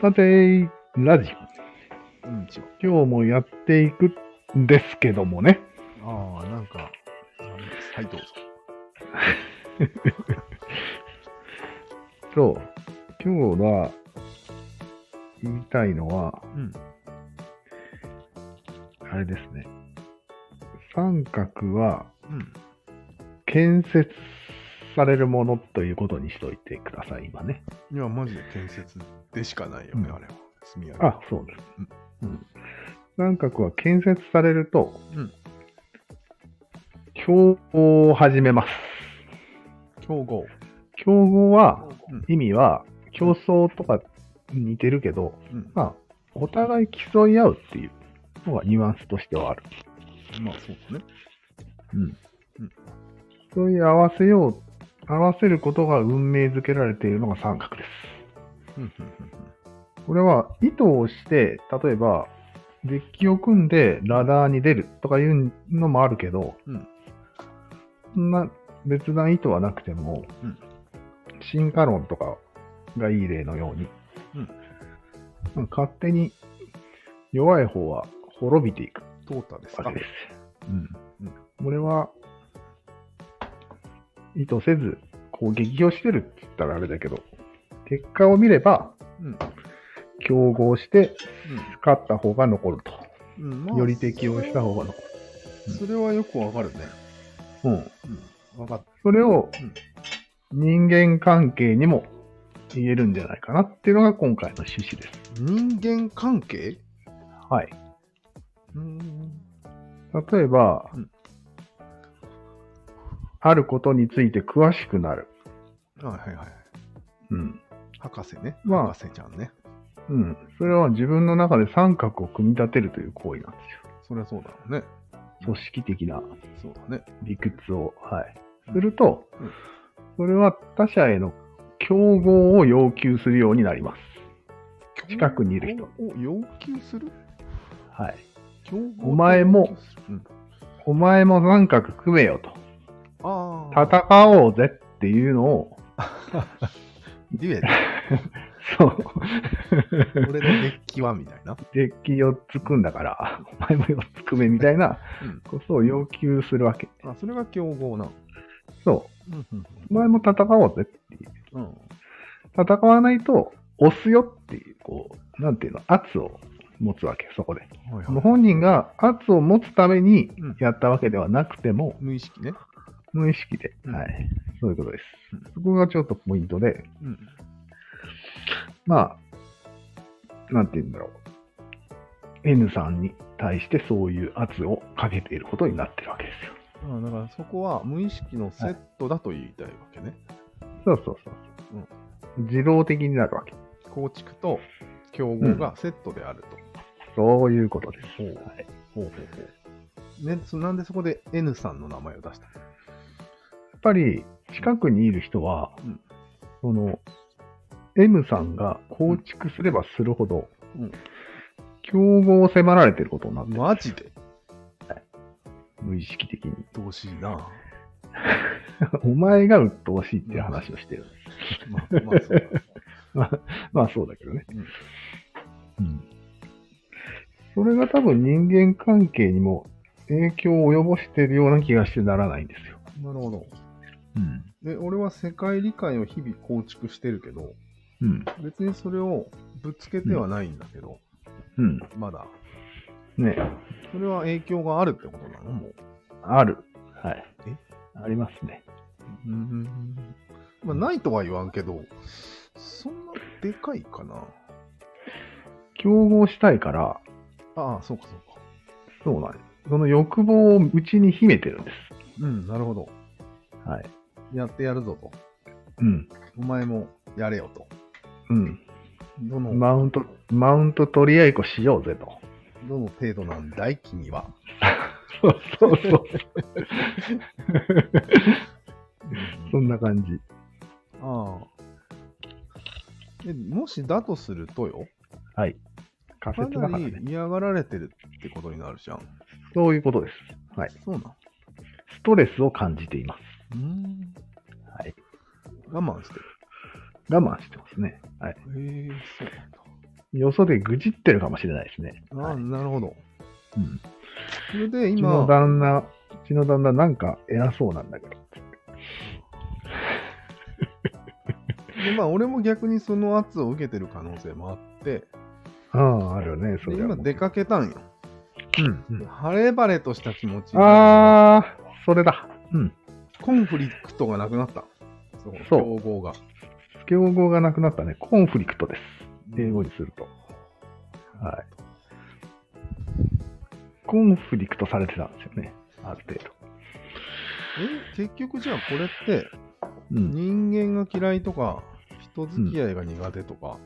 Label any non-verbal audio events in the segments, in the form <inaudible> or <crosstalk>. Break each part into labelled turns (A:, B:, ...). A: さて、ラジ
B: こんにちは。
A: オ。今日もやっていくんですけどもね。
B: ああ、なんか、はい、どうぞ。
A: <laughs> そう。今日は、言いたいのは、
B: うん。
A: あれですね。三角は
B: うん。
A: 建設されるものということにしといてください、今ね。
B: いや、マジで建設でしかないよね、
A: うん
B: あれは。積み上げ。
A: あ、そうです。うん。三角は建設されると、
B: うん
A: 競合を始めます。
B: 競合。
A: 競合は、
B: うん。
A: 意味は、競争とかに似てるけど、
B: うん。
A: まあ、お互い競い合うっていうのがニュアンスとしてはある。
B: まあ、そうだね。
A: 競い合わせよう、合わせることが運命づけられているのが三角です。
B: うん。うん
A: これは意図をして、例えば、デッキを組んでラダーに出るとかいうのもあるけど、
B: うん
A: そんな別な意図はなくても、
B: うん
A: 進化論とかがいい例のように、勝手に弱い方は滅びていく
B: うん。淘汰です
A: わ
B: か
A: けです。
B: うん。
A: 俺は、意図せず攻撃をしてるって言ったらあれだけど、結果を見れば、
B: うん。
A: 競合して、勝った方が残ると。
B: うん。うん。まあ
A: より適応した方が残うん
B: それはよくわかるね。
A: る。うん。
B: うん。わかっ
A: それを、人間関係にも言えるんじゃないかなっていうのが今回の趣旨です。
B: 人間関係
A: はい。
B: うん。
A: 例えば、
B: うん
A: あることについて詳しくなる。
B: はいはいはい。
A: うん。
B: 博士ね。
A: まあ
B: 博士ちゃんね。
A: うん。それは自分の中で三角を組み立てるという行為なんですよ。
B: そりゃそうだろうね。
A: 組織的な
B: そうだね。
A: 理屈を、はい、
B: うん
A: すると、
B: うん
A: それは他者への競合を要求するようになります。近くにいる人
B: 競合を要求する
A: はい、
B: 競合
A: お前も
B: うん、
A: お前も三角組めよと、
B: ああ、
A: 戦おうぜっていうのを、
B: デュエル、
A: そう、
B: 俺のデッキはみたいな。
A: デッキ4つ組んだから、お前も4つ組めみたいな
B: うん
A: ことを要求するわけ。
B: あ、それが競合な。
A: そ
B: うん、うん
A: う、お前も戦おうぜっていう。
B: うん、うん。
A: 戦わないと押すよっていう、こう、なんていうの、圧を持つわけ、そこで。
B: はい
A: その
B: は
A: 本人が圧を持つために
B: うん
A: やったわけではなくても、
B: い。無意識ね。
A: 無意識で、
B: うん
A: はい、そういうことです
B: うん。
A: そこがちょっとポイントで、
B: うん。
A: まあ、なんて言うんだろう。N さんに対してそういう圧をかけていることになってるわけですよ。
B: あだからそこは無意識のセットだと言いたいわけね。
A: そうそうそう。自動的になるわけ。
B: 構築と競合がセットであると。
A: そういうことです。
B: ほう
A: はい、
B: ほうほうほう。ね、そなんでそこで N さんの名前を出したの
A: やっぱり近くにいる人は、
B: うん
A: その M さんが構築すればするほど、
B: うん
A: 競合を迫られてることになってる
B: マジで
A: 無意識的に。
B: どうしいな。
A: お前が鬱陶しいっていう話をしてる。
B: まあ、まあ、そうだ
A: <laughs> まあそうだけどね。うんそれが多分人間関係にも影響を及ぼしてるような気がしてならないんですよ。
B: <laughs> なるほど。
A: うん。
B: で、俺は世界理解を日々構築してるけど、
A: うん。
B: 別にそれをぶつけてはないんだけど、
A: うん。
B: まだ。
A: ね。
B: それは影響があるってことなのもう。
A: ある。はい
B: え。
A: ありますね。
B: うん。まあ、ないとは言わんけど、そんなでかいかな。
A: 競合したいから、
B: ああ、そうかそうか。
A: そうなんです。その欲望を内に秘めてるんで
B: うん、なるほど。
A: す。はい。
B: やってやるぞと。
A: うん。
B: お前もやれよと。
A: うん。
B: どの、
A: マウント、マウント取り合いっこしようぜと。
B: どの程度なんだい君は。
A: そうそうそう。
B: う
A: <laughs>
B: ん
A: そんな感じ。
B: ああ。えもしだとするとよ、
A: はい。仮
B: か
A: 説だか
B: な
A: ら
B: り
A: ね。
B: 嫌がられてるってことになるじゃん。
A: そういうことです。はい。
B: そうなん。
A: ストレスを感じています。
B: うーん。
A: はい。
B: 我慢してる。
A: 我慢してますね。はい。
B: へえ、そうなんだ。
A: よそで愚痴ってるかもしれないですね。
B: あ
A: は
B: あ、
A: い
B: なるほど。
A: うん、
B: それで
A: うち
B: 今
A: の、旦那、うちの旦那なんか偉そうなんだけど。
B: でまあ、俺も逆にその圧を受けてる可能性もあって、
A: ああ、あるよね、そ
B: で
A: れ
B: 今出かけたんよ。
A: うん、うん。
B: 晴れ晴れとした気持ち
A: あ
B: が
A: あ、それだ。うん。
B: コンフリクトがなくなった。そう、
A: そう
B: 競合が。
A: 競合がなくなったね。コンフリクトです。英語にすると。はい。コンフリクトされてたんですよね。ある程度。
B: え結局じゃあこれって
A: うん。
B: 人間が嫌いとか人付き合いが苦手とか、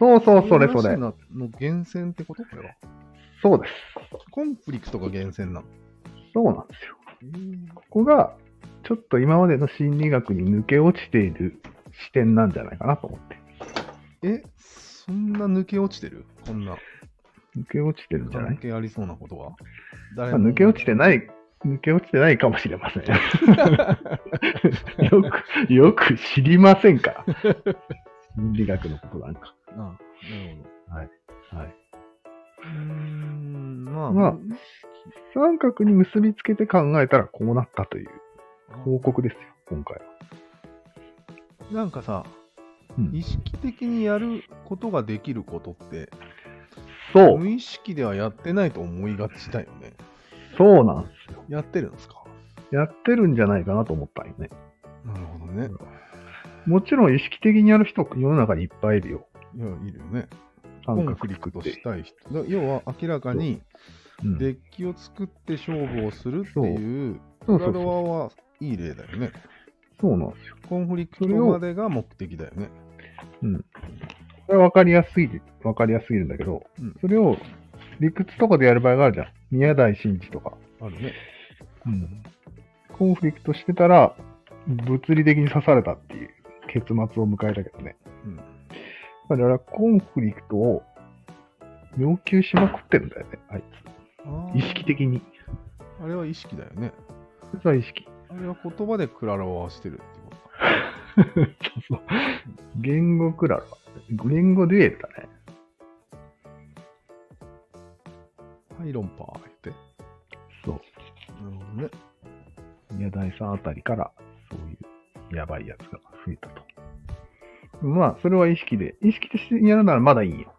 A: そうそう、それ
B: い
A: それ
B: 話。の源泉ってことこれは
A: そうです。
B: コンフリクトが源泉なの、
A: そうなんですよ。ここが、ちょっと今までの心理学に抜け落ちている視点なんじゃないかなと思って。
B: えそんな抜け落ちてるこんな
A: 抜け落ちてるんじゃな
B: 関
A: い、
B: 係ありそうなことは
A: ま
B: 誰
A: あ
B: も
A: 抜け落ちてない、抜け落ちてないかもしれ
B: <laughs>
A: ません。よく、よく知りませんから。心理学のことなんか。
B: あな
A: は
B: る
A: い。
B: ほどうーんまあ、
A: まあ三角に結びつけて考えたらこうなったという報告ですよ、今回は。
B: なんかさ
A: うん
B: 意識的にやることができることって
A: そう、
B: 無意識ではやってないと思いがちだよね
A: そうなんですよ。
B: やってるんですか
A: やってるんじゃないかなと思ったんよね。
B: なるほどね
A: もちろん意識的にやる人、世の中にいっぱいいるよ。
B: いやいるよねコ
A: 三
B: ンフ
A: 角
B: リクト
A: って
B: したい人だ要は明らかに
A: うん
B: デッキを作って勝負をするっていう
A: そうそ
B: 裏
A: うそう。
B: 側はいい例だよね
A: そうなんですよ。
B: コンフリクト
A: それを
B: までが目的だよね
A: これは分かりやすいで、分かりやすいんだけど、
B: うん
A: それを理屈とかでやる場合があるじゃん。宮台真司とか。
B: あるね
A: コンフリクトしてたら、物理的に刺されたっていう結末を迎えたけどね。
B: うん
A: だからコンフリクトを要求しまくってるんだよね、あい
B: あ
A: つ。
B: ー
A: 意識的に。
B: あれは意識だよね
A: それは意識。
B: あれは言葉でクララをしてるってことか
A: そうそう。言語クララ。言語デュエルだね。
B: はい論破ってな
A: そう。
B: るほどね
A: 宮台さんあたりから、そういうやばいやつが増えたと。まあ、それは意識で。意識としてやるならまだいいよ。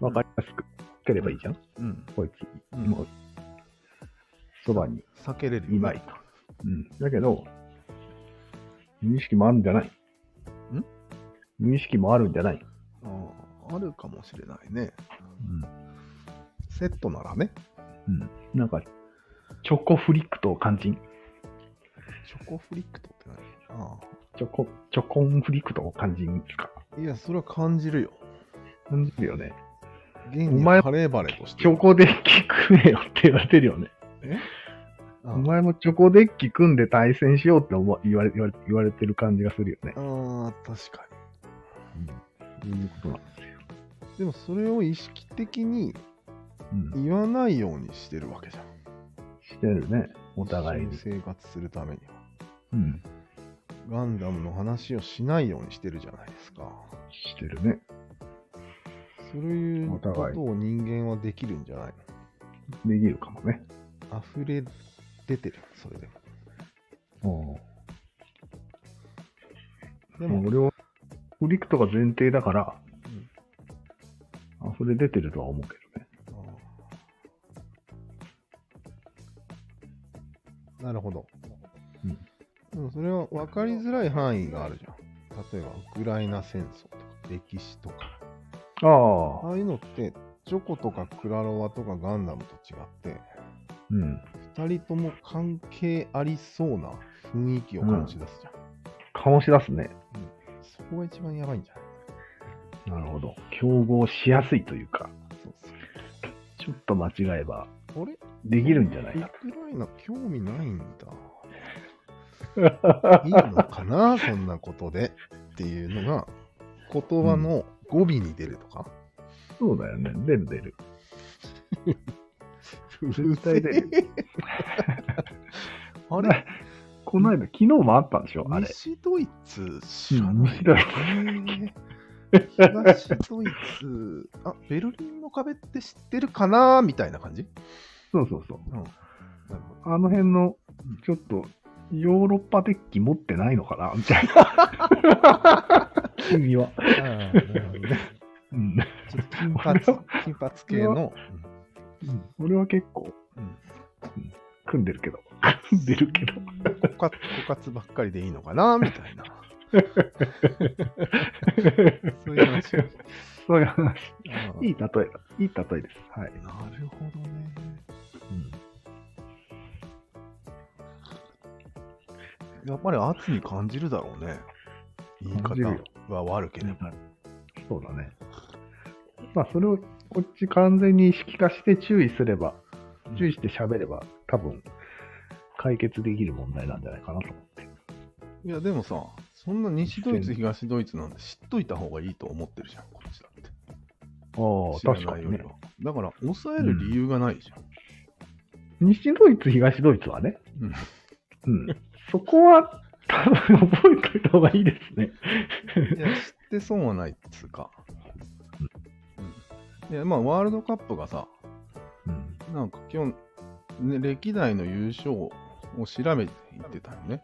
A: わかりやすくければいいじゃん。
B: うん
A: こいつ、
B: うん
A: もう、そばに
B: 避けれる
A: い
B: よね
A: ないと。うん。だけど、無意識もあるんじゃないん無意識もあるんじゃない、
B: あーあるかもしれないね
A: うん、
B: セットならね
A: うん。なんか、チョコフリクトを感じん。
B: チョコフリクトって何あ
A: チョコ、チョコンフリクトを感じんですか
B: あいやそれは感じるよ
A: 感じるよね。
B: 現に
A: お前
B: 晴れ晴れとして
A: チョコデッキ組めよって言われてるよね。
B: あ
A: お前もチョコデッキ組んで対戦しようって思わ言われ言われ言われてる感じがするよね。
B: あー確か
A: そういうことな
B: にでもそれを意識的に
A: の。うん。
B: 言わないようにしてるわけじゃん
A: してるね。お互い
B: 一
A: に。
B: 緒に生活するためには
A: うん。
B: ガンダムの話をしないようにしてるじゃないですか
A: してるね。
B: そういうこ
A: お互い
B: とを人間はできるんじゃない
A: できるかもね。
B: の溢れ出てるそれでも
A: うん。
B: で
A: まあ
B: も
A: 俺はフリクトが前提だから、あそれ出てるとは思うけどね。
B: あーなるほど。
A: うん
B: でもそれは分かりづらい範囲があるじゃん。例えば、ウクライナ戦争とか、歴史とか。
A: ああ、
B: ああいうのって、チョコとかクラロワとかガンダムと違って、
A: うん。
B: 2人とも関係ありそうな雰囲気を感じ出すじゃん。
A: 醸し出すね。
B: そこが一番やばいんじゃない
A: なるほど。競合しやすいというか、
B: そうそ
A: ちょっと間違えば
B: う。あれ
A: できるんじゃない
B: ウ
A: か。
B: クライナ興味な
A: <laughs>
B: いんだ。いいのかな、そんなことでっていうのが、言葉の語尾に出るとか。
A: そうだよね。出る出 <laughs> る。
B: う
A: 絶対出る
B: るせえ <laughs> あれ
A: この間、昨日もあったんでしょあれ。
B: 西ドイツ知
A: う
B: ら
A: ん
B: ない。
A: 西ドイツ
B: へえ東ドイツ、あ、ベルリンの壁って知ってるかなみたい
A: <laughs>
B: な感じ
A: そうそうそう。
B: なるほど
A: あの辺の、ちょっと、ヨーロッパデッキ持ってないのかなみたいな。意味は。
B: あーなるほどね
A: うん。
B: ちょっと金髪、
A: こ
B: 金髪系の。
A: 俺は結構、
B: うん
A: うん組んでるけど。 <laughs> 組んでるけど。
B: 枯渇枯渇ばっかりでいいのかなみたい
A: <laughs>
B: な。そういう話。あ
A: そういう話。
B: ー
A: いい例えだ。いい例えです。はい。
B: なるほどね。やっぱり圧に感じるだろうね。言い
A: 感じるよ
B: 方は悪ければ。
A: そうだね。まあ、それをこっち完全に意識化して注意すれば、注意して喋れば、多分、解決できる問題なんじゃないかなと思って。
B: いや、でもさ、そんな西ドイツ、東ドイツなんて知っといた方がいいと思ってるじゃん、こっちだって。知
A: あ
B: ら
A: あ、確か
B: ない
A: に
B: より
A: ね。
B: は。だから、抑える理由がないじゃん。
A: 西ドイツ、東ドイツは <laughs> ね。
B: うん
A: うん。そこは、多分覚えといた方がいいですね。
B: いや、知って損はないっつうか。うんいや、まあ、ワールドカップがさ、
A: うん。
B: なんか今日、ね、歴代の優勝を調べていってたよね。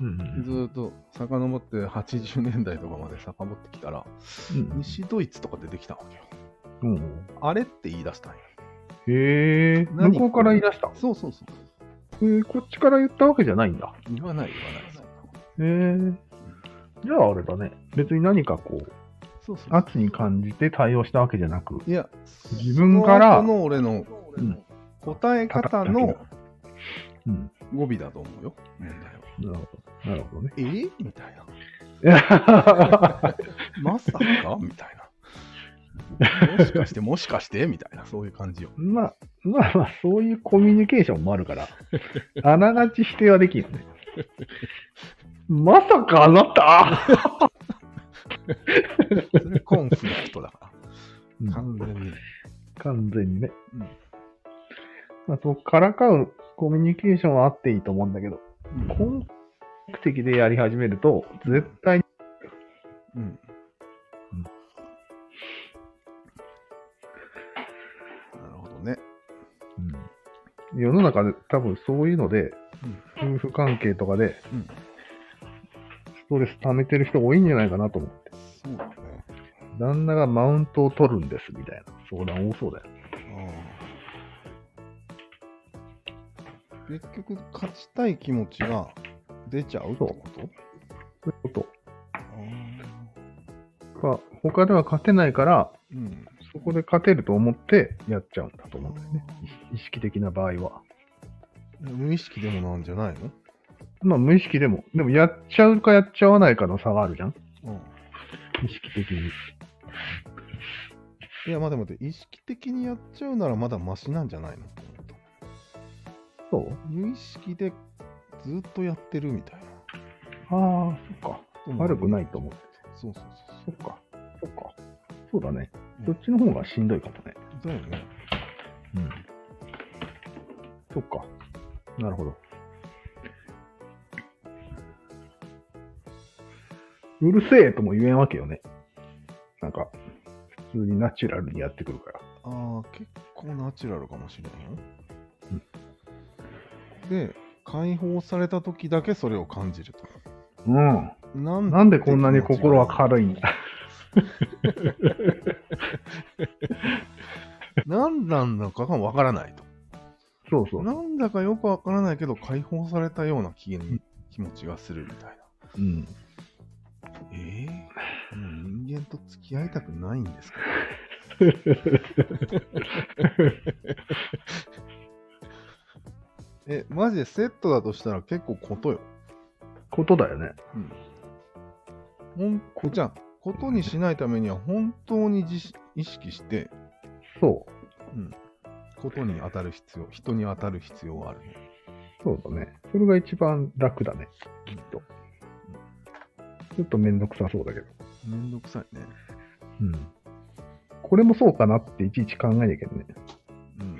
A: うんうん
B: ずーっと遡って80年代とかまで遡ってきたら、
A: うん
B: 西ドイツとか出てきたわけよ。
A: うん。
B: あれって言い出したんや。
A: へえ、向
B: 何
A: こうから言い出した。
B: そうそうそう。
A: えーこっちから言ったわけじゃないんだ。
B: 言わない言わな
A: へ
B: い。
A: え。じゃああれだね。別に何かこう、
B: そうそう。
A: 圧に感じて対応したわけじゃなく、
B: いや、
A: 自分から
B: その後の俺の
A: うん
B: 答え方の
A: うん。
B: 語尾だと思うよ。問題は
A: なるほど。なるほど <laughs> ね。
B: えみたいな。まさかみたい
A: <laughs>
B: な。もしかして、もしかしてみたいな、そういう感じよ。
A: まあ、まあまあ、そういうコミュニケーションもある
B: <laughs>
A: から、あながち否定はできんよね。まさかあなた
B: それコンフリクトだか
A: う
B: ら。
A: ん
B: 完全に。
A: 完全にね。
B: うん
A: まあ、そうからかうコミュニケーションはあっていいと思うんだけど、本目的でやり始めると、絶対に、
B: うん。
A: うん
B: なるほどね。
A: 世の中で多分そういうので、夫婦関係とかで
B: うん、
A: ストレス溜めてる人多いんじゃないかなと思う。
B: そうだね。
A: 旦那がマウントを取るんですみたいな相談多そうだよ。
B: ああ結局、勝ちたい気持ちが出ちゃうってこと
A: そういうこ
B: ああ
A: とか、他では勝てないから、
B: うん。
A: そこで勝てると思ってやっちゃうんだと思うんだよね。
B: あ
A: 意識的な場合は。
B: あ無意識でもなんじゃないの
A: まあ無意識でも、でもやっちゃうかやっちゃわないかの差があるじゃん
B: うん。
A: 意識的に。
B: いや、まあでも待って、意識的にやっちゃうならまだマシなんじゃないのと思った
A: そう
B: 無意識でずっとやってるみたいな。
A: ああ、そっか。悪くないと思う。
B: そうそう
A: そっか。そっか。そうだね。
B: うん
A: そっちの方がしんどいかもね。
B: そう。だよね。
A: うん。そっか。なるほど。うるせえとも言えんわけよね。なんか、普通にナチュラルにやってくるから。
B: ああ、結構ナチュラルかもしれんよ
A: うん。
B: で、解放された時だけそれを感じると。
A: うん。
B: なん
A: なんでこんなに心は軽いんだ。
B: <laughs> 何なんだかがわからないと。
A: そうそう。
B: なんだかよくわからないけど、解放されたような気に気持ちがするみたいな。
A: うん。
B: ええもう人間と付き合いたくないんですかえ、マジでセットだとしたら結構ことよ。
A: ことだよね。
B: ほんこじゃん。ことにしないためには本当に自し意識して、
A: そう。
B: ことに当たる必要、人に当たる必要があるよ。
A: そうだね。それが一番楽だね。きっと。ちょっとめんどくさそうだけど。
B: めんどくさいね。
A: うん。これもそうかなっていちいち考えなきゃいけないね。
B: うん、そう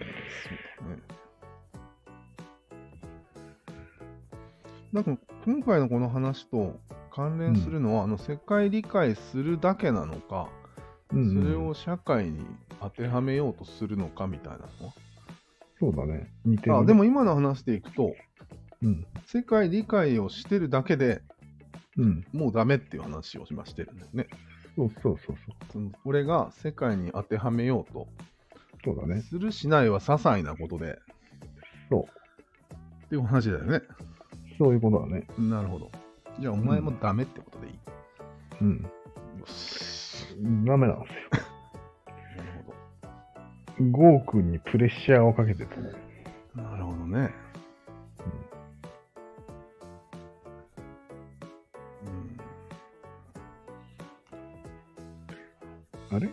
B: だね。なんか今回のこの話と、関連するのは、あの世界理解するだけなのか、
A: うんうん
B: それを社会に当てはめようとするのかみたいなのは
A: そうだね。似てる、
B: あで、も今の話でいくと、
A: うん。
B: 世界理解をしてるだけで
A: うん。
B: もうダメっていう話を今してるんだよね。
A: そうそうそうそう。
B: そのこれが世界に当てはめようと
A: そうだね。
B: するしないは些細なことで
A: そう。
B: っていう話だよね。
A: そういうことだね。
B: なるほど。じゃあお前もダメってことでいい。
A: うん。
B: よし
A: ダメなんですよ。
B: なるほ
A: ゴー君にプレッシャーをかけてたね。
B: ど。なるほどね。うん
A: あれ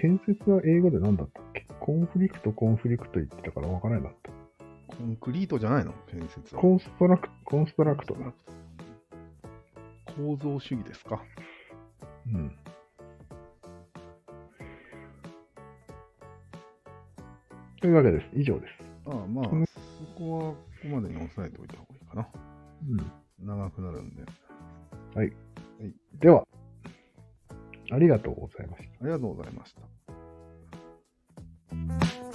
A: 建設は英語で何だったっけコンフリクト、コンフリクト言ってたから分からないなった。
B: コンクリートじゃないの建設は。
A: コンストラクト、コンストラクトだ。
B: 構造主義ですか。
A: うん。というわけです。以上です。
B: ああまあ、
A: うん
B: そこはここまでに押さえておいた方がいいかな。
A: うん。
B: 長くなるんで。あ
A: では、ありがとうございました。
B: りがとうございました。